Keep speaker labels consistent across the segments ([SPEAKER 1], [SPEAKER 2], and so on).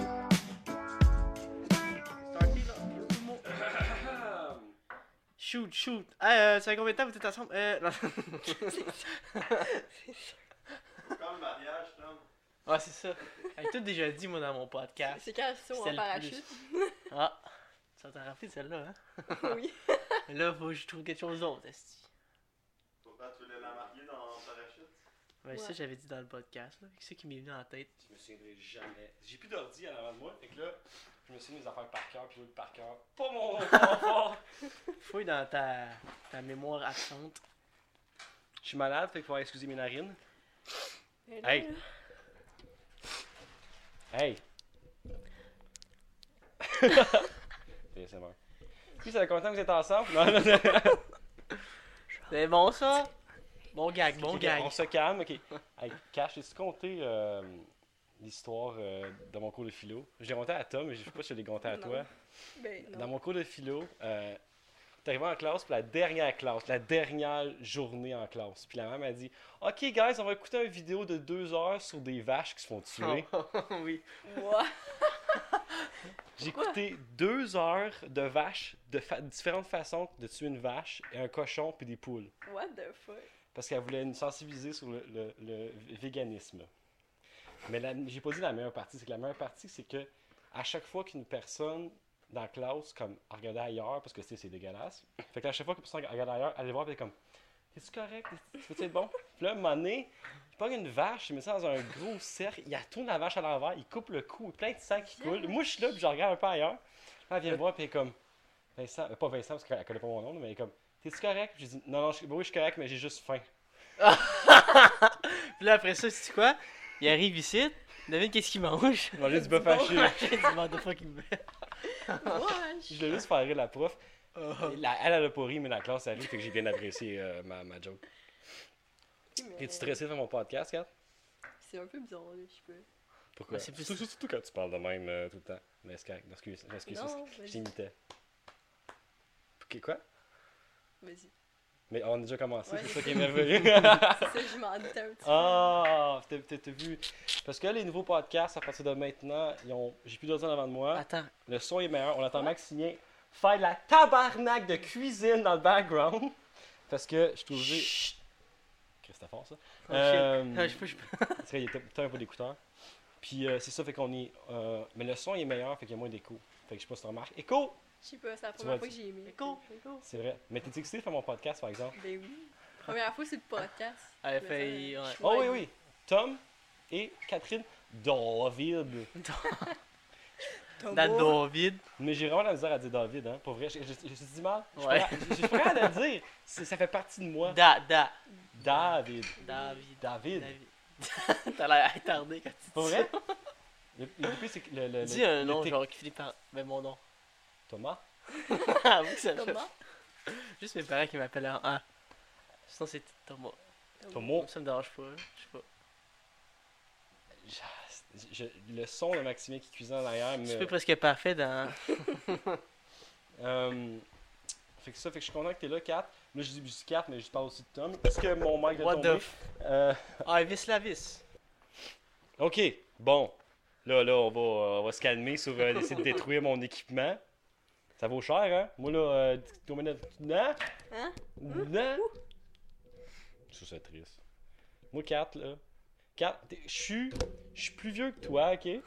[SPEAKER 1] Shoot, shoot. Ah, euh, ça fait combien de temps que vous êtes ensemble? Euh, non.
[SPEAKER 2] Comme le mariage, Tom.
[SPEAKER 1] ouais, c'est ça. J'ai tout déjà dit, moi, dans mon podcast.
[SPEAKER 3] C'est quand ils sont
[SPEAKER 1] C'était
[SPEAKER 3] en
[SPEAKER 1] le
[SPEAKER 3] parachute.
[SPEAKER 1] Ah, ça t'a rappelé celle-là, hein?
[SPEAKER 3] oui.
[SPEAKER 1] Mais Là, faut que je trouve quelque chose d'autre, esti.
[SPEAKER 2] Pourquoi tu voulais la marier dans le parachute?
[SPEAKER 1] Ouais, ça,
[SPEAKER 3] Ouais.
[SPEAKER 1] j'avais dit dans le podcast, là. C'est ça qui m'est venu en tête.
[SPEAKER 4] Je me souviendrai jamais. J'ai plus d'ordi en avant de moi. Fait que là, je me souviens mes affaires par cœur, puis l'autre par cœur. Pas mon confort!
[SPEAKER 1] Fouille dans ta, ta mémoire absente.
[SPEAKER 4] Je suis malade, fait qu'il faut excuser mes narines.
[SPEAKER 3] Mais
[SPEAKER 4] Hey.
[SPEAKER 3] là,
[SPEAKER 4] Hey! Ok, c'est bon. Puis ça fait combien de temps que vous êtes ensemble? Non, non, non.
[SPEAKER 1] C'est bon, ça? Bon gag, bon
[SPEAKER 4] Ok,
[SPEAKER 1] gag.
[SPEAKER 4] On se calme, ok. Hey, Cash, as-tu compté euh, l'histoire euh, de mon cours de philo? Je l'ai compté à Tom, mais je sais pas si je l'ai compté à
[SPEAKER 3] Non.
[SPEAKER 4] toi.
[SPEAKER 3] Ben, non.
[SPEAKER 4] Dans mon cours de philo, euh, t'es arrivé en classe, puis la dernière classe, la dernière journée en classe. Puis la maman a dit Ok, guys, on va écouter une vidéo de deux heures sur des vaches qui se font tuer.
[SPEAKER 1] Ah. oui.
[SPEAKER 3] Moi,
[SPEAKER 4] J'ai écouté deux heures de vaches, de fa- différentes façons de tuer une vache, et un cochon, puis des poules.
[SPEAKER 3] what the fuck?
[SPEAKER 4] parce qu'elle voulait nous sensibiliser sur le, le- le véganisme. Mais la- j'ai pas dit la meilleure partie, c'est que la meilleure partie, c'est que à chaque fois qu'une personne dans la classe, comme, elle regardait ailleurs, parce que tu sais, c'est dégueulasse, fait que à chaque fois qu'une personne regardait ailleurs, elle allait voir, puis elle était comme, es-tu correct? Est-ce- Tu veux être bon? Puis là, à un moment donné, il pogne une vache, il met ça dans un gros cercle, il tourne la vache à l'envers, il coupe le cou, plein de sang qui coule. Moi, je suis là, puis je regarde un peu ailleurs. Là, elle vient me voir, puis elle est comme, Vincent, euh, pas Vincent, parce qu'elle connaît pas mon nom, mais elle est comme, t'es-tu correct? Puis j'ai dit, non, non, je, oui, je suis correct, mais j'ai juste faim.
[SPEAKER 1] Puis là, après ça, c'est quoi? Il arrive ici, devine qu'est-ce qu'il mange.
[SPEAKER 4] Manger du bœuf haché.
[SPEAKER 1] J'ai du motherfucking bœuf.
[SPEAKER 3] Wesh!
[SPEAKER 4] Je l'ai juste fait rire la prof.
[SPEAKER 1] Oh.
[SPEAKER 4] La- elle, elle a pas ri, mais la classe, elle rit, fait que j'ai bien apprécié euh, ma, ma joke.
[SPEAKER 3] Mais
[SPEAKER 4] T'es-tu stressé devant mon podcast, Kat?
[SPEAKER 3] C'est un peu bizarre, là, je peux.
[SPEAKER 4] Pourquoi?
[SPEAKER 1] Ben, c'est plus-
[SPEAKER 4] Surtout, surtout quand tu parles de même euh, tout le temps. Mais c'est correct, excuse, excuse,
[SPEAKER 3] Non,
[SPEAKER 4] je
[SPEAKER 3] vas-y.
[SPEAKER 4] t'imitais. Ok, quoi?
[SPEAKER 3] Vas-y.
[SPEAKER 4] Mais on a déjà commencé,
[SPEAKER 3] Ouais,
[SPEAKER 4] c'est
[SPEAKER 3] c'est
[SPEAKER 4] ça
[SPEAKER 3] ça.
[SPEAKER 4] qui est merveilleux.
[SPEAKER 3] C'est ça, je m'en doutais un petit
[SPEAKER 4] Ah, t'as t'as- t'as vu. Parce que les nouveaux podcasts, à partir de maintenant, ils ont... j'ai plus d'ordi en avant de moi.
[SPEAKER 1] Attends,
[SPEAKER 4] Le son est meilleur. On entend Maximien faire de la tabarnak de cuisine dans le background. Parce que je suis obligé. Christopher, ça.
[SPEAKER 1] Oh,
[SPEAKER 4] Euh,
[SPEAKER 1] shit. Ah, je peux, je peux.
[SPEAKER 4] C'est vrai, il était peut-être un peu d'écouteur. Puis euh, c'est ça, fait qu'on est. euh, mais le son il est meilleur, fait qu'il y a moins d'écho. Fait que je sais pas si tu remarques. Écho
[SPEAKER 3] peu. Je sais pas, c'est la
[SPEAKER 4] vas
[SPEAKER 3] première fois
[SPEAKER 4] dire.
[SPEAKER 3] que j'ai aimé.
[SPEAKER 1] Écho,
[SPEAKER 4] C'est vrai. Mais t'es excité de faire mon podcast, par exemple
[SPEAKER 3] Ben oui. Première fois, c'est le podcast.
[SPEAKER 1] Elle a
[SPEAKER 3] Mais
[SPEAKER 1] failli,
[SPEAKER 3] ça,
[SPEAKER 1] ouais.
[SPEAKER 3] je suis
[SPEAKER 4] Oh oui,
[SPEAKER 3] loin.
[SPEAKER 4] oui. Tom et Catherine David.
[SPEAKER 1] Dans le dos vide.
[SPEAKER 4] Mais j'ai vraiment la misère à dire David, hein. Pour vrai, je, je, je- je dis mal. Je suis
[SPEAKER 1] Ouais.
[SPEAKER 4] pas- Je je suis pas capable de le dire. C'est- Ça fait partie de moi.
[SPEAKER 1] Da, da.
[SPEAKER 4] David.
[SPEAKER 1] David.
[SPEAKER 4] David.
[SPEAKER 1] David. T'as l'air attardé quand tu dis
[SPEAKER 4] Pour
[SPEAKER 1] ça.
[SPEAKER 4] vrai? Le, le pire, c'est que le, le-
[SPEAKER 1] Dis
[SPEAKER 4] le-
[SPEAKER 1] un
[SPEAKER 4] le
[SPEAKER 1] nom,
[SPEAKER 4] tec-
[SPEAKER 1] genre, qui finit par. Ben, mon nom.
[SPEAKER 4] Thomas.
[SPEAKER 1] Avoue que ça me fait-
[SPEAKER 3] Thomas.
[SPEAKER 1] Juste mes parents qui m'appellent en A. Sinon, c'est Thomas.
[SPEAKER 4] Thomas.
[SPEAKER 1] Ça me dérange pas. hein. Je sais pas.
[SPEAKER 4] Je- je- le son de Maximien qui cuisine en arrière
[SPEAKER 1] Tu peux
[SPEAKER 4] me.
[SPEAKER 1] presque parfait dans.
[SPEAKER 4] Euh, fait que ça, fait que je suis content que t'es là, Kat. Là, je dis juste Kat, mais je parle aussi de Tom. Parce que mon mic est
[SPEAKER 1] What the
[SPEAKER 4] tombé.
[SPEAKER 1] f.
[SPEAKER 4] Euh,
[SPEAKER 1] Ah, vis la vis.
[SPEAKER 4] ok, bon. Là, là, on va, euh, on va se calmer sur euh, essayer de détruire mon équipement. Ça vaut cher, hein? Moi, là, euh, combien de. Non?
[SPEAKER 3] Hein?
[SPEAKER 4] Non? Je trouve ça triste. Moi, 4, là. 4, je suis. Je suis plus vieux que toi, ok? Je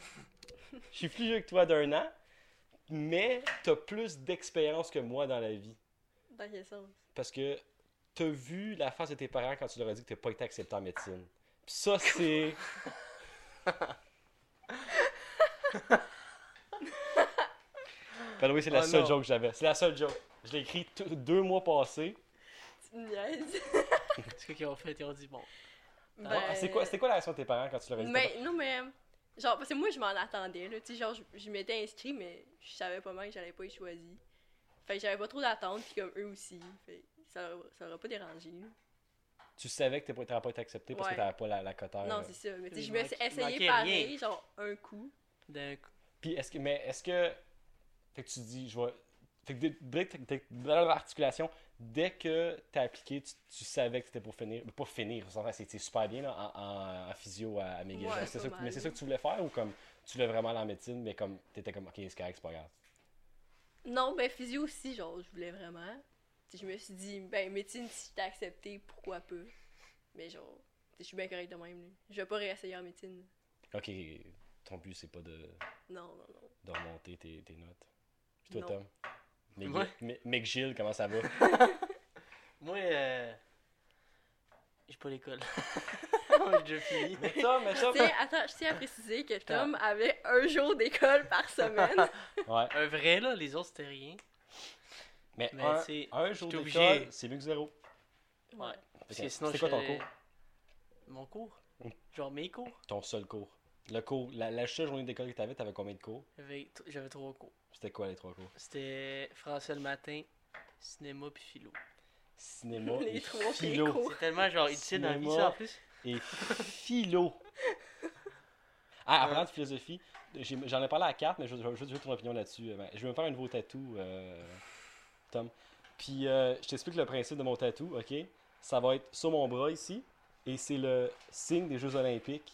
[SPEAKER 4] suis plus vieux que toi d'un an, mais t'as plus d'expérience que moi dans la vie.
[SPEAKER 3] Dans quel sens?
[SPEAKER 4] Parce que t'as vu la face de tes parents quand tu leur as dit que t'as pas été accepté en médecine. Puis ça, c'est. Ben oui, c'est la
[SPEAKER 1] Oh
[SPEAKER 4] seule
[SPEAKER 1] non.
[SPEAKER 4] joke que j'avais. C'est la seule joke. Je l'ai écrit t- deux mois passés.
[SPEAKER 3] Tu me niaises?
[SPEAKER 1] C'est quoi qu'ils ont fait Ils ont dit bon.
[SPEAKER 3] Ben-
[SPEAKER 4] Ah, C'est quoi, c'était quoi la réaction de tes parents quand tu leur as dit
[SPEAKER 3] Mais non, mais. Genre, parce que moi, je m'en attendais, là. Tu sais, genre, je, je m'étais inscrit, mais je savais pas mal que j'allais pas être choisi. Fait que j'avais pas trop d'attente, puis comme eux aussi. Fait que ça leur- ça leur a pas dérangé. là.
[SPEAKER 4] Tu savais que t'es pas- t'aurais pas été accepté parce que
[SPEAKER 3] Ouais.
[SPEAKER 4] t'avais pas la, la euh, cotère.
[SPEAKER 3] Non,
[SPEAKER 4] là.
[SPEAKER 3] c'est ça. Mais tu sais,
[SPEAKER 1] Euh, il
[SPEAKER 3] je me
[SPEAKER 1] manque-
[SPEAKER 3] suis
[SPEAKER 1] il manquait
[SPEAKER 3] essayé pareil,
[SPEAKER 1] rien.
[SPEAKER 3] genre, un coup.
[SPEAKER 1] D'un coup.
[SPEAKER 4] Puis est-ce que, mais est-ce que, fait que tu dis, je vais, fait que dès- dès que t'es- dans l'articulation, dès que t'as appliqué, tu, tu savais que c'était pour finir, pour finir, on s'entend, c'était super bien là, en, en- en physio à, à McGill.
[SPEAKER 3] Ouais,
[SPEAKER 4] C'est
[SPEAKER 3] pas
[SPEAKER 4] ça que-
[SPEAKER 3] mal.
[SPEAKER 4] mais c'est ça que tu voulais faire ou comme tu l'as vraiment allé en médecine, mais comme t'étais comme, ok, c'est correct, c'est pas grave.
[SPEAKER 3] Non, ben, physio aussi, genre, je voulais vraiment. Tu sais, je me suis dit, ben, médecine, si j'étais acceptée, pourquoi pas? Mais genre, tu sais, je suis bien correcte de même. là. Je vais pas réessayer en médecine.
[SPEAKER 4] Ok, ton but, c'est pas de,
[SPEAKER 3] Non, non, non.
[SPEAKER 4] de remonter tes, tes notes. Puis toi,
[SPEAKER 3] Non.
[SPEAKER 4] Tom? Mec-
[SPEAKER 1] Ouais.
[SPEAKER 4] Mec- Mec Gilles, comment ça va?
[SPEAKER 1] Moi, euh... J'ai pas l'école. Moi, j'ai déjà fini.
[SPEAKER 4] mais Tom, mais Tom!
[SPEAKER 3] Tu
[SPEAKER 1] hein?
[SPEAKER 3] sais, attends, je tiens à préciser que Tom avait un jour d'école par semaine.
[SPEAKER 4] Ouais,
[SPEAKER 1] Un vrai, là, les autres, c'était rien.
[SPEAKER 4] mais,
[SPEAKER 1] Mais
[SPEAKER 4] un,
[SPEAKER 1] tu sais,
[SPEAKER 4] un jour
[SPEAKER 1] j'étais obligé.
[SPEAKER 4] d'école, c'est mieux que zéro.
[SPEAKER 1] Ouais. Parce
[SPEAKER 4] Tiens,
[SPEAKER 1] que sinon,
[SPEAKER 4] c'était quoi ton
[SPEAKER 1] je-
[SPEAKER 4] cours?
[SPEAKER 1] Mon cours?
[SPEAKER 4] Mm.
[SPEAKER 1] Genre mes cours?
[SPEAKER 4] Ton seul cours. Le cours, la, la seule journée d'école que t'avais, t'avais combien de cours?
[SPEAKER 1] J'avais t- J'avais trois cours.
[SPEAKER 4] C'était quoi les trois cours?
[SPEAKER 1] C'était français le matin, cinéma puis philo.
[SPEAKER 4] Cinéma
[SPEAKER 3] Les
[SPEAKER 4] et
[SPEAKER 3] trois
[SPEAKER 4] philo.
[SPEAKER 3] cours.
[SPEAKER 1] C'est tellement genre utile dans la vie,
[SPEAKER 4] Cinéma.
[SPEAKER 1] ça, en plus.
[SPEAKER 4] et philo.
[SPEAKER 3] Euh.
[SPEAKER 4] Ah, en parlant de philosophie, j'ai- j'en ai parlé à carte, mais je veux juste ton opinion là-dessus. Euh, ben, Je vais me faire un nouveau tatou, euh, Tom. Puis euh, je t'explique le principe de mon tatou, ok? Ça va être sur mon bras ici, et c'est le signe des Jeux Olympiques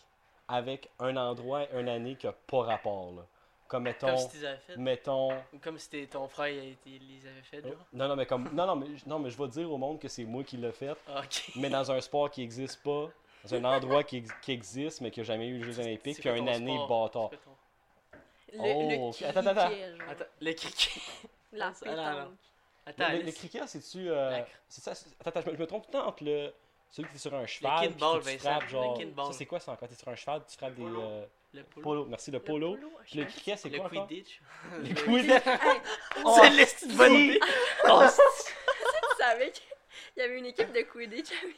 [SPEAKER 4] avec un endroit et une année qui n'a pas rapport. là. Comme
[SPEAKER 1] Comme
[SPEAKER 4] mettons.
[SPEAKER 1] si tu les avais faites.
[SPEAKER 4] Mettons.
[SPEAKER 1] Ou comme si t'es- ton frère il, il les avait faites, genre.
[SPEAKER 4] Non, non, mais comme. Non, non, mais, non, mais je vais dire au monde que c'est moi qui l'ai fait.
[SPEAKER 1] Ah, Ok.
[SPEAKER 4] mais dans un sport qui n'existe pas, dans un endroit qui, ex- qui existe, mais qui n'a jamais eu les Jeux Olympiques,
[SPEAKER 1] C'est
[SPEAKER 4] puis
[SPEAKER 1] quoi
[SPEAKER 4] une
[SPEAKER 1] ton
[SPEAKER 4] année
[SPEAKER 1] sport?
[SPEAKER 4] bâtard.
[SPEAKER 1] C'est quoi ton-
[SPEAKER 3] Le,
[SPEAKER 4] Oh,
[SPEAKER 3] le
[SPEAKER 4] ok. Attends, attends,
[SPEAKER 3] criquet, genre.
[SPEAKER 1] Attends, le cricket.
[SPEAKER 3] La
[SPEAKER 1] Ah, là, là.
[SPEAKER 3] pétanque.
[SPEAKER 1] Attends,
[SPEAKER 4] Le, le-
[SPEAKER 1] Alice.
[SPEAKER 4] le cricket, c'est-tu. euh,
[SPEAKER 1] L'acre.
[SPEAKER 4] c'est ça, c'est- attends, attends, je me, je me trompe tout le temps entre le, celui qui est sur un cheval, puis
[SPEAKER 1] kinball,
[SPEAKER 4] que tu
[SPEAKER 1] Vincent,
[SPEAKER 4] frappes,
[SPEAKER 1] le
[SPEAKER 4] genre.
[SPEAKER 1] kinball.
[SPEAKER 4] Ça, c'est quoi ça encore? T'es sur un cheval, tu frappes des.
[SPEAKER 2] polo.
[SPEAKER 4] euh,
[SPEAKER 1] Le polo.
[SPEAKER 4] polo, merci, le
[SPEAKER 3] Le
[SPEAKER 4] polo.
[SPEAKER 3] je
[SPEAKER 4] Puis le
[SPEAKER 3] sais.
[SPEAKER 4] cricket, c'est
[SPEAKER 1] Le
[SPEAKER 4] quoi encore?
[SPEAKER 1] quidditch.
[SPEAKER 4] Le
[SPEAKER 1] Le-
[SPEAKER 4] quidditch.
[SPEAKER 3] Hey,
[SPEAKER 4] Oh,
[SPEAKER 1] C'est l'esti de bonne
[SPEAKER 4] si.
[SPEAKER 1] idée.
[SPEAKER 4] Oh,
[SPEAKER 3] tu savais qu'il y avait une équipe de Quidditch avec.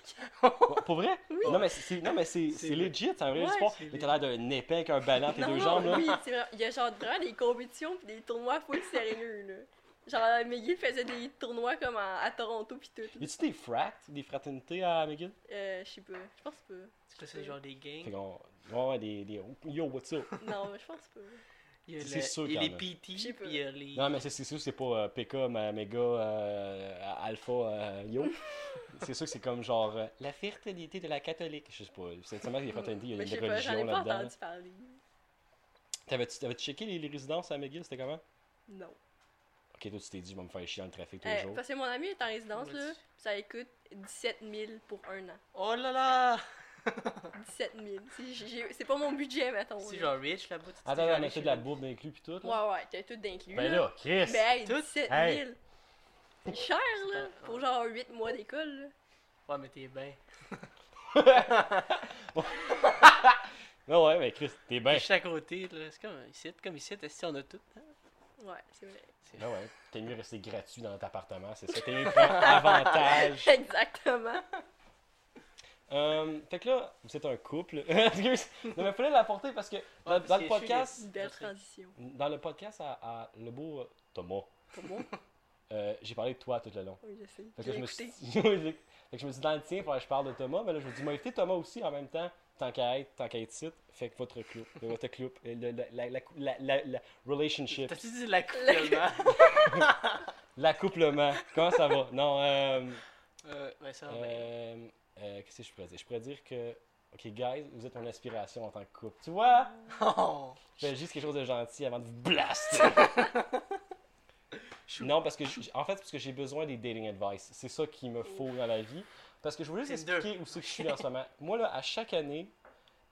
[SPEAKER 4] c'est- Pour vrai? Non, mais c'est- non, mais c'est
[SPEAKER 1] C'est
[SPEAKER 4] c'est
[SPEAKER 1] vrai.
[SPEAKER 4] legit, c'est un vrai
[SPEAKER 3] Ouais,
[SPEAKER 4] sport.
[SPEAKER 1] c'est
[SPEAKER 4] Mais t'as l'air d'un épais avec un ballon entre tes
[SPEAKER 3] Non,
[SPEAKER 4] deux
[SPEAKER 3] non,
[SPEAKER 4] jambes, là.
[SPEAKER 3] Oui, c'est vrai. Il y a genre vraiment des compétitions pis des tournois full sérieux, là. Genre, McGill faisait des tournois comme à, à Toronto pis tout. là.
[SPEAKER 4] Y a-tu des frats, des fraternités à McGill?
[SPEAKER 3] Euh, je sais pas. Je pense pas.
[SPEAKER 1] C'est quoi, c'est genre des
[SPEAKER 4] Fait
[SPEAKER 1] gangs.
[SPEAKER 4] qu'on. Ouais, ouais, des, des. Yo, what's up?
[SPEAKER 3] Non, mais je pense pas.
[SPEAKER 1] Il y a
[SPEAKER 4] C'est
[SPEAKER 1] le-
[SPEAKER 4] sûr,
[SPEAKER 1] il y a
[SPEAKER 4] quand
[SPEAKER 1] les
[SPEAKER 4] même.
[SPEAKER 1] PT,
[SPEAKER 3] Je sais pas.
[SPEAKER 1] puis il y a les...
[SPEAKER 4] Non, mais c'est c'est sûr que c'est pas euh, PK, mais méga, euh, alpha, euh, yo. c'est sûr que c'est comme genre euh, la fraternité de la catholique. Je sais pas. C'est seulement que les fraternités, il y a
[SPEAKER 3] Mais je
[SPEAKER 4] une
[SPEAKER 3] sais pas, j'en
[SPEAKER 4] religion
[SPEAKER 3] ai pas
[SPEAKER 4] là-dedans.
[SPEAKER 3] entendu parler.
[SPEAKER 4] T'avais-tu t'avais-tu checké les, les résidences à McGill C'était comment
[SPEAKER 3] Non.
[SPEAKER 4] Ok, toi, tu t'es dit, je vais me faire chier dans le trafic tous les
[SPEAKER 3] Euh,
[SPEAKER 4] jours.
[SPEAKER 3] parce que mon ami est en résidence,
[SPEAKER 1] Moi
[SPEAKER 3] là.
[SPEAKER 1] aussi.
[SPEAKER 3] pis Ça coûte 17 000 pour un an.
[SPEAKER 1] Oh là là!
[SPEAKER 3] Ah 17 000. C'est- j'ai- C'est pas mon budget, mettons.
[SPEAKER 1] C'est
[SPEAKER 3] là.
[SPEAKER 1] genre rich là-bas. tu te dis,
[SPEAKER 4] Attends,
[SPEAKER 1] genre,
[SPEAKER 4] on a
[SPEAKER 1] les
[SPEAKER 4] fait de la
[SPEAKER 1] chez-
[SPEAKER 4] bouffe inclus puis tout. là.
[SPEAKER 3] Ouais, ouais, t'as tout d'inclus.
[SPEAKER 4] Ben là, Chris
[SPEAKER 3] Mais hey,
[SPEAKER 1] Tout?
[SPEAKER 3] 17 000!
[SPEAKER 4] Hey.
[SPEAKER 3] C'est cher, là,
[SPEAKER 1] pas-
[SPEAKER 3] pour genre 8 mois d'école,
[SPEAKER 1] Ouais, mais t'es bien.
[SPEAKER 4] Ben Ouais, ouais, mais Chris, t'es bien.
[SPEAKER 1] T'es Juste à côté, là. C'est comme ici, comme ici, est on a tout. hein?
[SPEAKER 3] là. Ouais, c'est vrai.
[SPEAKER 1] C'est-
[SPEAKER 4] Ben ouais, t'es mieux rester gratuit dans ton appartement, c'est ça. T'es mieux prendre avantage.
[SPEAKER 3] Exactement.
[SPEAKER 4] Euh, fait que là, vous êtes un couple. Excuse. non, mais fallait l'apporter parce que dans,
[SPEAKER 1] parce
[SPEAKER 4] dans
[SPEAKER 1] que
[SPEAKER 4] le
[SPEAKER 1] je suis
[SPEAKER 4] podcast,
[SPEAKER 3] Une belle
[SPEAKER 1] Je sais.
[SPEAKER 3] transition.
[SPEAKER 4] Dans le podcast à, à Le Beau euh, Thomas,
[SPEAKER 3] Pour moi,
[SPEAKER 4] euh, j'ai parlé de toi tout le long.
[SPEAKER 3] oui, je sais.
[SPEAKER 4] Fait que,
[SPEAKER 3] J'ai
[SPEAKER 4] je me
[SPEAKER 3] écouté.
[SPEAKER 4] suis... fait que je me suis dit, dans le tien, il faudrait que je parle de Thomas. Mais là, je me dis, m'a invité Thomas aussi en même temps, tant qu'à être, tant qu'à être site. Fait que votre club, votre club, euh, le- la, la, la, la, la- la relationship,
[SPEAKER 1] T'as-tu dit la coupe
[SPEAKER 3] La-
[SPEAKER 4] l'accouplement, comment ça va? Non, euh,
[SPEAKER 1] Euh, ben ça, ben.
[SPEAKER 4] euh, euh, qu'est-ce que je pourrais dire? Je pourrais dire que, ok, guys, vous êtes mon inspiration en tant que couple. Tu vois?
[SPEAKER 1] Oh!
[SPEAKER 4] Fais juste quelque chose de gentil avant de vous blast.
[SPEAKER 1] Chou.
[SPEAKER 4] non, parce que j'- en fait, c'est parce que j'ai besoin des dating advice. C'est ça qu'il me faut dans la vie. Parce que je voulais vous
[SPEAKER 1] Tinder.
[SPEAKER 4] expliquer où c'est que je suis en ce moment. Moi, là, à chaque année,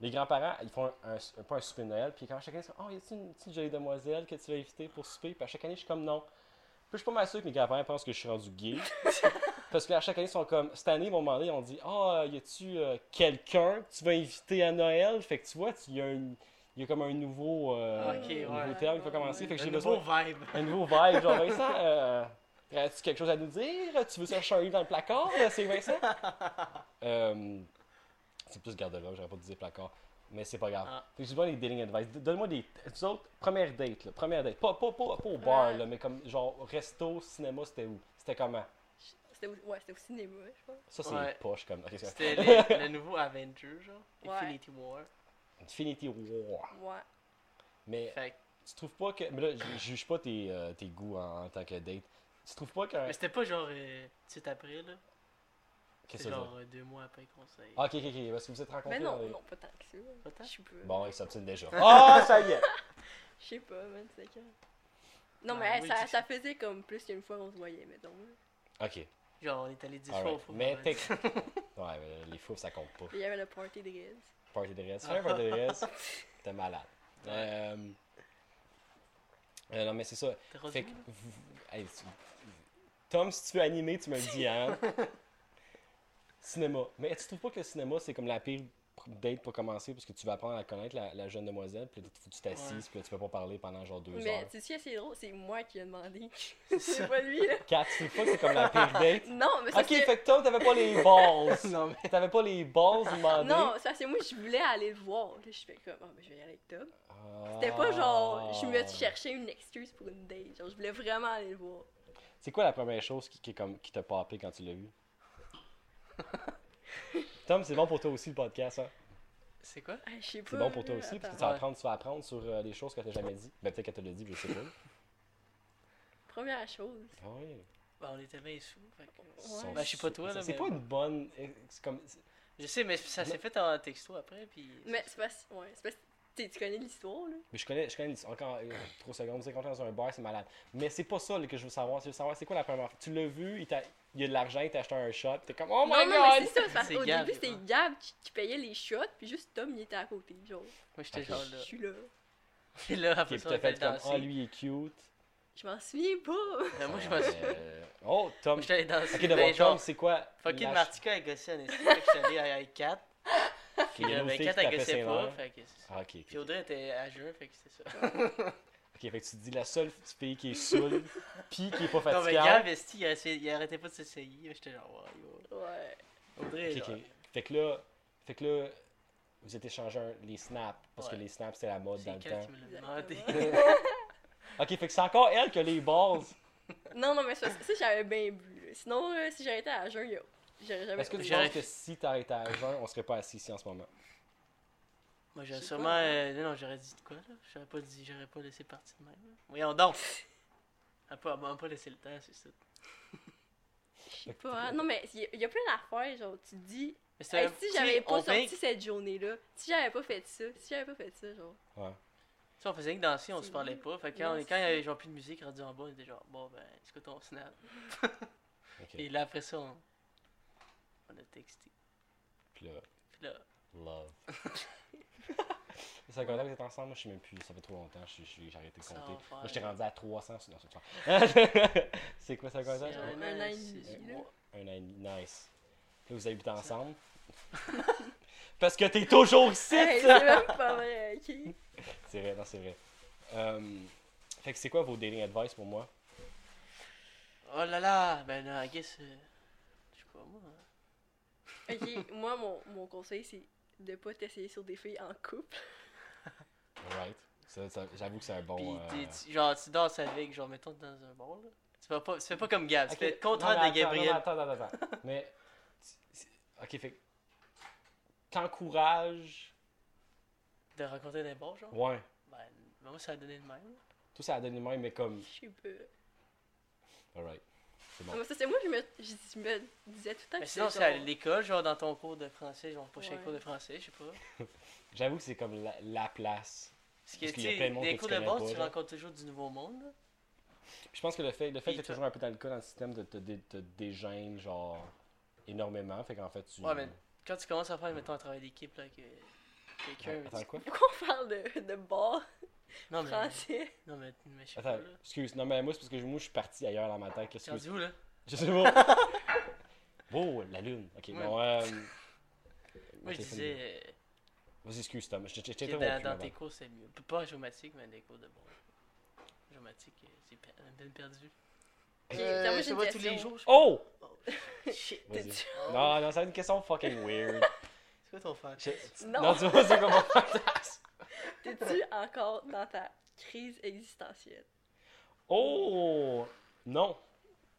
[SPEAKER 4] les grands-parents, ils font un, un- pas un souper de Noël. Puis quand chaque année, ils sont Oh, y a-t-il une petite jolie demoiselle que tu vas inviter pour souper Puis à chaque année, je suis comme non. Puis je suis pas mal sûr que mes grands-parents pensent que je suis rendu gay. Parce qu'à chaque année, ils sont comme. Cette année, ils m'ont demandé, ils ont dit Ah, y a-tu euh, quelqu'un que tu vas inviter à Noël Fait que tu vois, tu- il y, a un- il y a comme un nouveau, euh,
[SPEAKER 1] Ok,
[SPEAKER 4] un
[SPEAKER 1] ouais.
[SPEAKER 4] nouveau terme qui va commencer. Fait que
[SPEAKER 1] Un
[SPEAKER 4] j'ai
[SPEAKER 1] nouveau
[SPEAKER 4] besoin.
[SPEAKER 1] vibe.
[SPEAKER 4] Un nouveau vibe. Genre, Vincent, euh, as-tu quelque chose à nous dire Tu veux chercher un livre dans le placard C'est Vincent Euh, C'est plus garde là j'aurais pas dû dire placard. Mais c'est pas grave.
[SPEAKER 1] Ah.
[SPEAKER 4] Fait que j'ai besoin des dating advice. Donne-moi des. Vous autres, première date, là. Première date. Pas, pas, pas, pas au bar,
[SPEAKER 3] Ouais.
[SPEAKER 4] là, mais comme genre resto, cinéma, c'était où C'était comment
[SPEAKER 3] C'était au... Ouais, c'était au cinéma, je crois.
[SPEAKER 4] ça, c'est
[SPEAKER 1] Ouais.
[SPEAKER 4] poche comme. ok, c'est-
[SPEAKER 1] C'était le, le nouveau Avenger, genre.
[SPEAKER 3] Ouais.
[SPEAKER 1] Infinity War.
[SPEAKER 4] Infinity War.
[SPEAKER 3] Ouais.
[SPEAKER 4] Mais
[SPEAKER 1] Fait que-
[SPEAKER 4] tu trouves pas que. Mais là, je je juge pas tes, euh, tes goûts en, en tant que date. Tu trouves pas qu'un.
[SPEAKER 1] Mais c'était pas genre euh, tout de suite après, là.
[SPEAKER 4] Qu'est-ce
[SPEAKER 1] C'est
[SPEAKER 4] que ça veut dire?
[SPEAKER 1] genre euh, deux mois après qu'on s'est.
[SPEAKER 4] Ah, ok, ok, ok. Parce que vous êtes rencontrés.
[SPEAKER 3] Mais Ben non,
[SPEAKER 4] dans les-
[SPEAKER 3] non, pas tant que ça.
[SPEAKER 1] Pas tant?
[SPEAKER 3] Je suis pas.
[SPEAKER 4] Bon, ils s'obstinent déjà. Ah, ça y est
[SPEAKER 3] Je sais pas, 25 ans. Non,
[SPEAKER 1] Ah,
[SPEAKER 3] mais hey,
[SPEAKER 1] oui,
[SPEAKER 3] ça,
[SPEAKER 1] c'est-
[SPEAKER 3] ça faisait comme plus qu'une fois qu'on se voyait, mettons. là.
[SPEAKER 4] Ok. Ouais,
[SPEAKER 1] Genre, on est allé 10 fois au
[SPEAKER 4] Alright.
[SPEAKER 1] four. hein.
[SPEAKER 4] Mais
[SPEAKER 1] vendredi.
[SPEAKER 4] mais les fous, ça compte pas.
[SPEAKER 3] Puis il y avait le party de Riz.
[SPEAKER 4] Party de reste. Fais un party de reste. T'es malade. Euh, euh, non, mais c'est ça.
[SPEAKER 1] T'es rendu
[SPEAKER 4] Fait
[SPEAKER 1] où,
[SPEAKER 4] que,
[SPEAKER 1] là?
[SPEAKER 4] vous- hey, tu- Tom, si tu veux animer, tu me le dis, hein? cinéma. Mais tu trouves pas que le cinéma, c'est comme la pire date pour commencer, parce que tu vas apprendre à connaître la, la jeune demoiselle, puis là, tu- tu t'assises, puis là, tu peux pas parler pendant genre deux
[SPEAKER 3] Mais
[SPEAKER 4] heures.
[SPEAKER 3] tu sais, c'est drôle, c'est moi qui ai demandé.
[SPEAKER 1] ça.
[SPEAKER 3] c'est pas lui, là.
[SPEAKER 4] Kat, tu trouves pas que c'est comme la pire date?
[SPEAKER 3] Non, mais ça,
[SPEAKER 4] ok,
[SPEAKER 3] c'est-
[SPEAKER 4] fait que Tom, t'avais pas les balls.
[SPEAKER 1] Non, mais.
[SPEAKER 4] T'avais pas les balls demandés.
[SPEAKER 3] Non, ça, c'est moi, je voulais aller le voir. Là, je fais comme, ah, ben, je vais y aller avec Tom. C'était
[SPEAKER 4] Ah.
[SPEAKER 3] pas genre, je me cherchais une excuse pour une date. Genre, je voulais vraiment aller le voir.
[SPEAKER 4] C'est quoi la première chose qui, qui est comme, qui t'a papé quand tu l'as vu? Tom, c'est bon pour toi aussi le podcast, hein?
[SPEAKER 1] C'est quoi
[SPEAKER 3] Ah, je sais pas.
[SPEAKER 4] C'est bon pour toi
[SPEAKER 3] là,
[SPEAKER 4] aussi, parce que tu
[SPEAKER 3] attends.
[SPEAKER 4] vas
[SPEAKER 1] Ouais.
[SPEAKER 4] apprendre, tu vas apprendre sur euh, des choses que tu n'as jamais dit. Ben, peut-être qu'elle te l'a dit, je sais pas.
[SPEAKER 3] Première chose.
[SPEAKER 4] Ah oui.
[SPEAKER 1] Bah, on était bien sous. fait que-
[SPEAKER 4] Son-
[SPEAKER 1] Ben, je sais pas toi, là,
[SPEAKER 4] C'est
[SPEAKER 1] mais-
[SPEAKER 4] pas une bonne. C'est comme. c'est-
[SPEAKER 1] Je sais, mais ça s'est fait en texto après, puis.
[SPEAKER 3] Mais c'est parce ouais, c'est parce que tu sais, tu connais l'histoire, là.
[SPEAKER 4] Mais je connais, je connais encore euh, trois secondes, c'est quand dans un bar, c'est malade. Mais c'est pas ça là, que je veux savoir. Je veux savoir, c'est quoi la première. Tu l'as vu, il, t'a- il y a de l'argent, il t'a acheté un shot, t'es comme, oh my
[SPEAKER 3] non, non, mais
[SPEAKER 4] god!
[SPEAKER 3] c'est ça, c'est parce
[SPEAKER 1] C'est
[SPEAKER 3] qu'au
[SPEAKER 1] Gab, hein.
[SPEAKER 3] début, c'était
[SPEAKER 1] ouais.
[SPEAKER 3] Gab qui, qui payait les shots, puis juste Tom, il était à côté, genre.
[SPEAKER 1] Moi, j'étais
[SPEAKER 4] Ok.
[SPEAKER 1] genre
[SPEAKER 3] Je
[SPEAKER 1] là.
[SPEAKER 3] suis là.
[SPEAKER 1] Puis là, après
[SPEAKER 4] Puis
[SPEAKER 1] ça, on
[SPEAKER 4] t'as
[SPEAKER 1] était
[SPEAKER 4] fait comme,
[SPEAKER 1] danser.
[SPEAKER 4] oh lui, il est cute.
[SPEAKER 3] Je m'en souviens pas.
[SPEAKER 1] Ben, Moi, je m'en suis.
[SPEAKER 4] Euh, Oh, Tom.
[SPEAKER 1] Moi, j'étais allé danser.
[SPEAKER 4] Ok, de
[SPEAKER 1] ben,
[SPEAKER 4] voir Tom,
[SPEAKER 1] genre,
[SPEAKER 4] c'est quoi?
[SPEAKER 1] fucking
[SPEAKER 4] la-
[SPEAKER 1] Martika a gossé en esti, fait que j'étais allé avec 4.
[SPEAKER 4] qu'il y a une autre
[SPEAKER 1] Ben,
[SPEAKER 4] fille
[SPEAKER 1] 4,
[SPEAKER 4] qui
[SPEAKER 1] elle
[SPEAKER 4] tapait
[SPEAKER 1] gossait
[SPEAKER 4] ses
[SPEAKER 1] pas,
[SPEAKER 4] nerfs.
[SPEAKER 1] fait que. c'est ça.
[SPEAKER 4] Ah, ok, ok.
[SPEAKER 1] Puis Audrey était à jeun, fait que c'était ça.
[SPEAKER 4] Ok, fait que tu te dis la seule fille qui est saoule, puis qui est pas
[SPEAKER 1] Non, mais
[SPEAKER 4] fatigable.
[SPEAKER 1] Gab, esti, il, essayait- il arrêtait pas de s'essayer. J'étais genre, wow, yo.
[SPEAKER 3] Ouais.
[SPEAKER 1] Audrey,
[SPEAKER 4] Ok,
[SPEAKER 1] genre,
[SPEAKER 4] ok. Fait que là, fait que là, vous êtes échangé un- les snaps, parce que
[SPEAKER 1] Ouais.
[SPEAKER 4] les snaps c'était la mode dans
[SPEAKER 1] c'est
[SPEAKER 4] le
[SPEAKER 1] Kat
[SPEAKER 4] temps.
[SPEAKER 1] qui me l'a demandé.
[SPEAKER 4] Ok, fait que c'est encore elle qui a les balls.
[SPEAKER 3] Non, non, mais c'est parce que ça, j'avais bien bu. là. Sinon, euh, si j'avais été à jeun, yo, j'aurais jamais
[SPEAKER 4] Est-ce que tu
[SPEAKER 1] J'aurais-
[SPEAKER 4] penses que si t'arrêtais à jeun, on serait pas assis ici en ce moment?
[SPEAKER 1] Moi,
[SPEAKER 3] Je
[SPEAKER 1] j'aurais
[SPEAKER 3] sais
[SPEAKER 1] sûrement.
[SPEAKER 3] pas.
[SPEAKER 1] euh, non, non, j'aurais dit de quoi, là J'aurais pas dit, j'aurais pas laissé partir de même. là. Voyons donc Elle m'a pas, pas laissé le temps, c'est ça.
[SPEAKER 3] Je sais pas. hein. Non, mais il y, a- il y a plein d'affaires, genre, tu te dis,
[SPEAKER 1] Mais c'était
[SPEAKER 3] hey,
[SPEAKER 1] un
[SPEAKER 3] si
[SPEAKER 1] petit-
[SPEAKER 3] j'avais
[SPEAKER 1] on
[SPEAKER 3] pas sorti
[SPEAKER 1] faisait-
[SPEAKER 3] cette journée-là, si j'avais pas fait ça, si j'avais pas fait ça, genre.
[SPEAKER 4] Ouais.
[SPEAKER 1] tu sais, on faisait que danser, on
[SPEAKER 3] C'est
[SPEAKER 1] se parlait
[SPEAKER 3] vrai.
[SPEAKER 1] pas. Fait que quand, quand
[SPEAKER 3] Non,
[SPEAKER 1] il y
[SPEAKER 3] c'est-
[SPEAKER 1] avait genre plus de musique rendu en bas, on était genre, bon, ben, c'est quoi ton snap
[SPEAKER 4] Ok.
[SPEAKER 1] Et là, après ça, on, on a texté.
[SPEAKER 4] Puis là,
[SPEAKER 1] Puis là,
[SPEAKER 4] love. Ça fait combien que vous êtes ensemble? Moi, je sais même plus. Ça fait trop longtemps. je suis- je suis- J'ai arrêté de
[SPEAKER 1] Ça
[SPEAKER 4] compter.
[SPEAKER 1] va faire-
[SPEAKER 4] Moi, j'étais rendu à 300. sur- non, c'est pas- c'est quoi ça, combien
[SPEAKER 1] c'est
[SPEAKER 3] genre, un an et demi,
[SPEAKER 1] six
[SPEAKER 3] là.
[SPEAKER 1] mois.
[SPEAKER 4] Un an et demi. Nice. Là, vous habitez ensemble? Parce que t'es toujours ici!
[SPEAKER 3] Hey, c'est même pas vrai, ok?
[SPEAKER 4] C'est vrai, non, c'est vrai. Euh, fait que c'est quoi vos dating advice pour moi?
[SPEAKER 1] Oh là là Ben là, I guess. euh, je sais pas moi. hein.
[SPEAKER 3] Ok, moi, mon, mon conseil, c'est de pas t'essayer sur des filles en couple.
[SPEAKER 4] Right. Ça- ça- J'avoue que c'est un
[SPEAKER 1] Puis,
[SPEAKER 4] bon. euh,
[SPEAKER 1] t'es- tu- genre, tu danses avec, genre, mettons, dans un bar, là. Tu fais pas, tu fais pas comme Gab,
[SPEAKER 4] Ok,
[SPEAKER 1] tu fais le
[SPEAKER 4] non, mais
[SPEAKER 1] contraire de
[SPEAKER 4] attends, non, mais
[SPEAKER 1] Gabriel.
[SPEAKER 4] attends, attends, attends. mais. c'est- Ok, fait que T'encourages.
[SPEAKER 1] De rencontrer des bars, genre.
[SPEAKER 4] Ouais.
[SPEAKER 1] Ben, moi, ça a donné de même.
[SPEAKER 3] Ah,
[SPEAKER 4] Tout ça a donné même, mais comme.
[SPEAKER 3] Je sais pas.
[SPEAKER 4] Alright. C'est
[SPEAKER 3] Non,
[SPEAKER 4] bon.
[SPEAKER 3] mais ça, c'est moi, je me, je, je me disais tout le temps
[SPEAKER 1] Mais
[SPEAKER 3] que
[SPEAKER 1] sinon, c'est
[SPEAKER 3] c'était
[SPEAKER 1] à
[SPEAKER 3] genre-
[SPEAKER 1] l'école, genre, dans ton cours de français, genre, prochain
[SPEAKER 3] Ouais.
[SPEAKER 1] cours de français, je sais pas.
[SPEAKER 4] J'avoue que c'est comme la, la place.
[SPEAKER 1] Parce que,
[SPEAKER 4] Parce
[SPEAKER 1] tu
[SPEAKER 4] qu'il y a
[SPEAKER 1] sais,
[SPEAKER 4] plein de monde
[SPEAKER 1] des
[SPEAKER 4] que tu
[SPEAKER 1] cours de
[SPEAKER 4] connais
[SPEAKER 1] base,
[SPEAKER 4] pas,
[SPEAKER 1] tu
[SPEAKER 4] là.
[SPEAKER 1] rencontres toujours du nouveau monde. là.
[SPEAKER 4] Puis je pense que le fait, le
[SPEAKER 1] Puis
[SPEAKER 4] fait que t'es
[SPEAKER 1] toi-
[SPEAKER 4] toujours un peu dans le cas dans le système de te dé- te dégêne, genre, énormément. Fait qu'en fait, tu.
[SPEAKER 1] Ouais, mais quand tu commences à faire, mettons, un travail d'équipe, là, que quelqu'un.
[SPEAKER 4] Attends, quoi?
[SPEAKER 3] Pourquoi on parle de, de bar
[SPEAKER 1] Non, mais.
[SPEAKER 3] français?
[SPEAKER 1] Non, mais, mais je sais pas,
[SPEAKER 4] Attends,
[SPEAKER 1] là.
[SPEAKER 4] excuse. Non, mais moi, c'est parce que moi, je suis parti ailleurs dans ma tête.
[SPEAKER 1] T'es
[SPEAKER 4] Qu'est-ce que
[SPEAKER 1] rendu où, là?
[SPEAKER 4] Je sais pas. Wow, la lune. Ok,
[SPEAKER 1] Ouais.
[SPEAKER 4] bon. Euh,
[SPEAKER 1] Moi, je
[SPEAKER 4] téléphone-
[SPEAKER 1] disais. euh,
[SPEAKER 4] Vas-y, excuse, Tom. Je t'ai
[SPEAKER 1] que
[SPEAKER 4] interrompu.
[SPEAKER 1] dans, dans
[SPEAKER 4] avant.
[SPEAKER 1] tes cours, c'est mieux. P- Pas en géomatique, mais des cours de bon. Géomatique, euh, c'est per- peine perdue.
[SPEAKER 3] Ok,
[SPEAKER 1] Euh,
[SPEAKER 3] attends, moi, j'ai
[SPEAKER 1] ça
[SPEAKER 3] une
[SPEAKER 1] va tous
[SPEAKER 3] question.
[SPEAKER 1] les jours, je
[SPEAKER 4] Oh!
[SPEAKER 1] Shit.
[SPEAKER 4] Vas-y.
[SPEAKER 3] T'es-
[SPEAKER 4] Non, non, c'est une question fucking weird.
[SPEAKER 1] C'est quoi ton fan?
[SPEAKER 4] Je-
[SPEAKER 3] Non.
[SPEAKER 4] tu vois, c'est comme mon fantasme.
[SPEAKER 3] T'es-tu encore dans ta crise existentielle?
[SPEAKER 4] Oh! Non.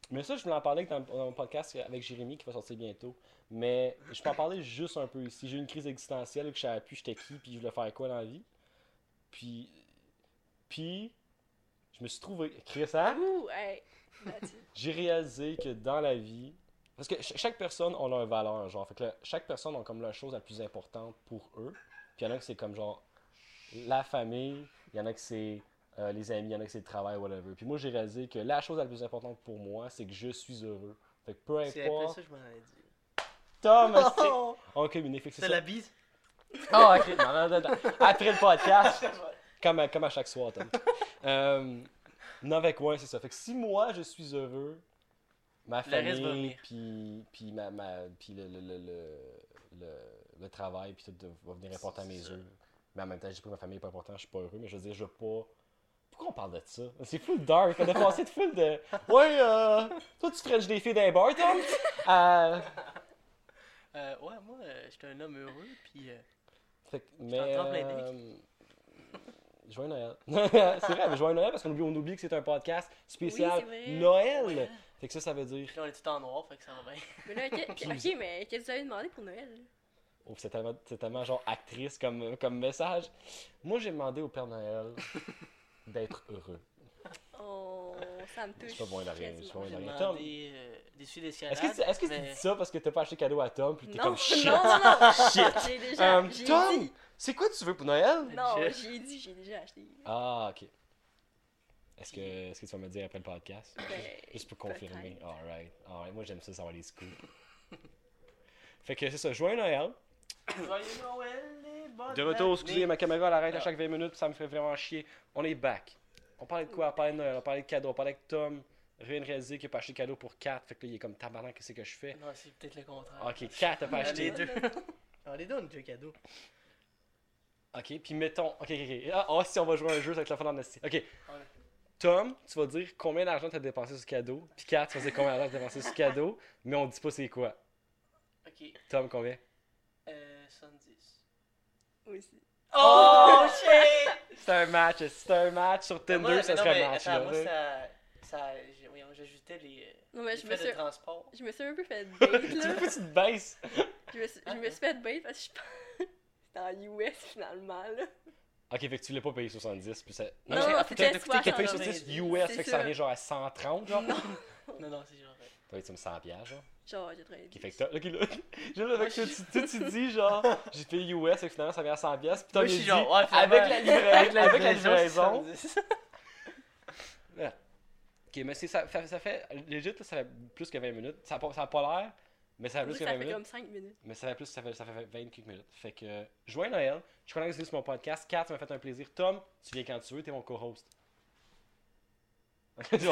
[SPEAKER 4] Mais ça, je voulais en parler dans dans mon podcast avec Jérémy qui va sortir bientôt. Mais je peux en parler juste un peu ici. J'ai eu une crise existentielle que je savais plus j'étais qui, puis je voulais faire quoi dans la vie. Puis. Puis. Je me suis trouvé. Chris, hein?
[SPEAKER 3] Ouh, hey! Mathieu.
[SPEAKER 4] j'ai réalisé que dans la vie, parce que ch- chaque personne a leur valeur, genre, fait que là, chaque personne a comme la chose la plus importante pour eux. Puis il y en a que c'est comme genre la famille, il y en a que c'est euh, les amis, il y en a que c'est le travail, whatever. Puis moi, j'ai réalisé que la chose la plus importante pour moi, c'est que je suis heureux. Fait que peu
[SPEAKER 1] C'est après
[SPEAKER 4] importe.
[SPEAKER 1] ça que je m'en avais dit.
[SPEAKER 4] Tom, esti,
[SPEAKER 1] Oh,
[SPEAKER 4] on a combiné. Fait que c'est
[SPEAKER 1] c'est
[SPEAKER 4] ça.
[SPEAKER 1] la bise.
[SPEAKER 4] Ah, ok. Non, non, non, non. Après le podcast, comme à, comme à chaque soir, Tom. Euh, non, avec ouais, c'est ça. Fait que si moi, je suis heureux, ma
[SPEAKER 1] Le reste va
[SPEAKER 4] famille,
[SPEAKER 1] venir.
[SPEAKER 4] puis puis ma, ma- puis le, le, le, le, le- le travail, puis tout de- va venir important à mes
[SPEAKER 1] C'est ça.
[SPEAKER 4] yeux. Mais en même temps, je dis pas que ma famille est pas importante, je suis pas heureux, mais je veux dire, je veux pas. Pourquoi on parle de ça? C'est full dark. On a passé de full de. Ouais, euh, toi, tu frenches des filles d'un bar, Tom? Euh,
[SPEAKER 1] Euh, ouais, moi, euh, j'étais un homme heureux, puis euh,
[SPEAKER 4] Fait que-
[SPEAKER 1] t'en
[SPEAKER 4] mais.
[SPEAKER 1] trempes les dents.
[SPEAKER 4] euh, Joyeux Noël. c'est vrai, mais joyeux Noël parce qu'on oublie, on oublie que c'est un podcast spécial
[SPEAKER 3] Oui, c'est vrai.
[SPEAKER 4] Noël.
[SPEAKER 3] Ouais.
[SPEAKER 4] Fait que ça, ça veut dire.
[SPEAKER 1] puis là, on est tout en noir, fait que ça va bien.
[SPEAKER 3] Mais là, que-
[SPEAKER 4] Puis
[SPEAKER 3] ok, mais qu'est-ce que vous avez demandé pour Noël?
[SPEAKER 4] Oh, c'est tellement, c'est tellement genre actrice comme, comme message. Moi, j'ai demandé au Père Noël d'être heureux.
[SPEAKER 3] Oh, ça me
[SPEAKER 4] Je
[SPEAKER 3] touche.
[SPEAKER 4] suis pas bon, il a rien, je suis pas bon, il
[SPEAKER 1] J'ai
[SPEAKER 4] a rien.
[SPEAKER 1] demandé
[SPEAKER 4] Tom.
[SPEAKER 1] euh, des sujets d'escalade.
[SPEAKER 4] Est-ce que, tu- est-ce que tu
[SPEAKER 1] mais-
[SPEAKER 4] dis ça parce que t'as pas acheté cadeau à Tom puis t'es
[SPEAKER 3] Non,
[SPEAKER 4] comme shit?
[SPEAKER 3] non, non, non.
[SPEAKER 4] Shit.
[SPEAKER 3] J'ai déjà,
[SPEAKER 4] Euh,
[SPEAKER 3] j'ai
[SPEAKER 4] Tom,
[SPEAKER 3] dit.
[SPEAKER 4] c'est quoi tu veux pour Noël?
[SPEAKER 3] Non,
[SPEAKER 1] Je-
[SPEAKER 3] j'ai dit, j'ai déjà acheté.
[SPEAKER 4] Ah, ok. Est-ce que, est-ce que tu vas me le dire après le podcast? Juste pour confirmer.
[SPEAKER 3] Ben,
[SPEAKER 4] Ah.
[SPEAKER 3] peut-être.
[SPEAKER 4] Alright. Alright. Moi, j'aime ça, savoir les scoops. fait que c'est ça. Joyeux Noël.
[SPEAKER 1] Joyeux Noël et bonne
[SPEAKER 4] De retour,
[SPEAKER 1] année.
[SPEAKER 4] excusez, ma caméra elle arrête à
[SPEAKER 1] Ah.
[SPEAKER 4] chaque 20 minutes, ça me fait vraiment chier. On est back. On parlait de quoi On parlait de Noël, on parlait de cadeaux, on parlait de Tom. Rien de réalisé qui a pas acheté de cadeau pour 4. Fait que là, il est comme tabarnak, qu'est-ce que je fais
[SPEAKER 1] Non, c'est peut-être le contraire.
[SPEAKER 4] Ok, 4 a pas
[SPEAKER 1] On a les
[SPEAKER 4] acheté.
[SPEAKER 1] deux. On les deux, on a deux cadeaux.
[SPEAKER 4] Ok, puis mettons. Ok, ok, ok. Ah, ah, si on va jouer à un jeu, ça va être la fin d'amnesty. Ok.
[SPEAKER 1] Ouais.
[SPEAKER 4] Tom, tu vas dire combien d'argent t'as dépensé sur ce cadeau. Puis 4, tu vas dire combien d'argent t'as dépensé sur ce cadeau. Mais on dit pas c'est quoi.
[SPEAKER 1] Ok,
[SPEAKER 4] Tom, combien
[SPEAKER 1] euh, 70.
[SPEAKER 3] Aussi.
[SPEAKER 1] Oh, shit!
[SPEAKER 4] C'est un match, c'est un match sur Tinder,
[SPEAKER 1] Moi,
[SPEAKER 4] ça
[SPEAKER 1] mais non,
[SPEAKER 4] serait
[SPEAKER 1] mais
[SPEAKER 4] un match.
[SPEAKER 1] attends,
[SPEAKER 4] là,
[SPEAKER 1] moi,
[SPEAKER 4] tu sais.
[SPEAKER 1] ça. ça j'ai- voyons, j'ajoutais les, euh,
[SPEAKER 3] Non, mais
[SPEAKER 1] les
[SPEAKER 3] je me
[SPEAKER 1] frais de
[SPEAKER 3] suis,
[SPEAKER 1] transport.
[SPEAKER 3] je me suis un peu fait bait,
[SPEAKER 4] Tu veux
[SPEAKER 3] là.
[SPEAKER 4] pas que tu te baisses?
[SPEAKER 3] Je me suis, je me suis fait bait parce que je pense. C'était en US finalement, là.
[SPEAKER 4] Ok, fait que tu l'as pas payé 70, puis ça.
[SPEAKER 3] Non,
[SPEAKER 4] mais-
[SPEAKER 3] non,
[SPEAKER 4] ah,
[SPEAKER 3] c'était
[SPEAKER 4] t'as coûté t'as payé
[SPEAKER 1] 70.
[SPEAKER 4] 70 US,
[SPEAKER 3] C'est
[SPEAKER 4] fait que ça
[SPEAKER 3] ça.
[SPEAKER 4] revient genre à 130, genre.
[SPEAKER 1] Non, non, c'est genre. euh,
[SPEAKER 4] T'as payé comme 100 piastres, genre.
[SPEAKER 3] Genre, j'ai trouvé.
[SPEAKER 4] Ok, fait que t'as. Ok, là. J'ai le
[SPEAKER 1] Moi,
[SPEAKER 4] mec,
[SPEAKER 1] je suis-
[SPEAKER 4] tu tu dis, genre, j'ai payé US, fait que finalement ça revient à 100 piastres, puis t'as
[SPEAKER 1] Moi, je
[SPEAKER 4] dit.
[SPEAKER 1] suis genre, ouais, finalement,
[SPEAKER 4] Avec la livra- avec la livraison.
[SPEAKER 1] c'est 70.
[SPEAKER 4] Ok, mais c'est ça, ça, ça fait. Legit, là, ça fait plus que 20 minutes. Ça a pas, ça a pas l'air, mais ça fait plus que
[SPEAKER 3] Ça
[SPEAKER 4] 20
[SPEAKER 3] fait
[SPEAKER 4] minutes.
[SPEAKER 3] comme 5 minutes.
[SPEAKER 4] Mais ça fait plus, ça fait, ça fait 20 quelques minutes. Fait que, euh, joyeux Noël. Je suis content que tu sois sur mon podcast. Kat, ça m'a fait un plaisir. Tom, tu viens quand tu veux, t'es mon co-host. C'est bon.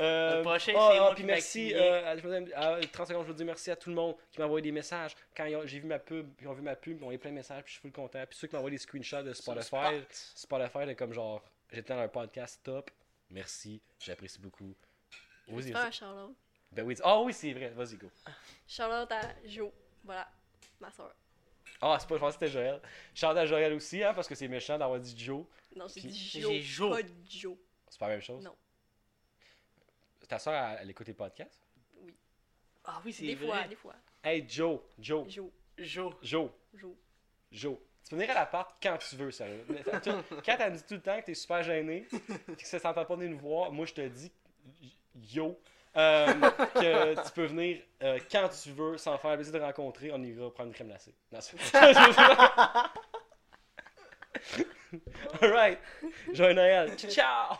[SPEAKER 4] Euh,
[SPEAKER 1] Le prochain,
[SPEAKER 4] ah,
[SPEAKER 1] c'est
[SPEAKER 4] ah,
[SPEAKER 1] moi
[SPEAKER 4] puis
[SPEAKER 1] qui
[SPEAKER 4] merci.
[SPEAKER 1] m'accueille.
[SPEAKER 4] euh, je me dis- à 30 secondes, je veux dire merci à tout le monde qui m'a envoyé des messages. Quand ils ont- j'ai vu ma pub, puis ils ont vu ma pub, ils ont eu plein de messages, puis je suis full content. Puis ceux qui m'ont envoyé des screenshots de
[SPEAKER 1] Sur le
[SPEAKER 4] Spotify,
[SPEAKER 1] spot.
[SPEAKER 4] Spotify, de comme genre, j'étais dans un podcast top. Merci, j'apprécie beaucoup. Vas-y,
[SPEAKER 3] C'est pas un
[SPEAKER 4] vas-y.
[SPEAKER 3] Charlotte.
[SPEAKER 4] Ben oui, ah oui, c'est vrai, vas-y, go.
[SPEAKER 3] Charlotte à Jo. Voilà, ma soeur.
[SPEAKER 4] Ah, c'est pas, je pensais que c'était Joël. Chante à Joël aussi, hein, parce que c'est méchant d'avoir dit Joe.
[SPEAKER 3] Non, j'ai
[SPEAKER 4] Puis-
[SPEAKER 3] dit
[SPEAKER 1] j'ai Jo.
[SPEAKER 3] Jo. Pas Jo.
[SPEAKER 4] C'est pas la même chose.
[SPEAKER 3] Non.
[SPEAKER 4] Ta soeur, elle, elle écoute les podcasts?
[SPEAKER 1] Ah oui, c'est
[SPEAKER 3] Des fois,
[SPEAKER 1] vrai.
[SPEAKER 3] des fois.
[SPEAKER 4] Hey, Joe, Joe,
[SPEAKER 3] Jo.
[SPEAKER 1] Jo.
[SPEAKER 4] Joe,
[SPEAKER 3] Jo.
[SPEAKER 4] Joe. Tu peux venir à l'appart quand tu veux, sérieux. Mais t'as tout- Quand elle me dit tout le temps que t'es super gêné, puis que ça s'entend pas venir nous voir, moi je te dis, yo, euh, que tu peux venir euh, quand tu veux, sans faire plaisir de rencontrer, on ira prendre une crème glacée. Non, c'est Alright, joyeux Noël, ciao!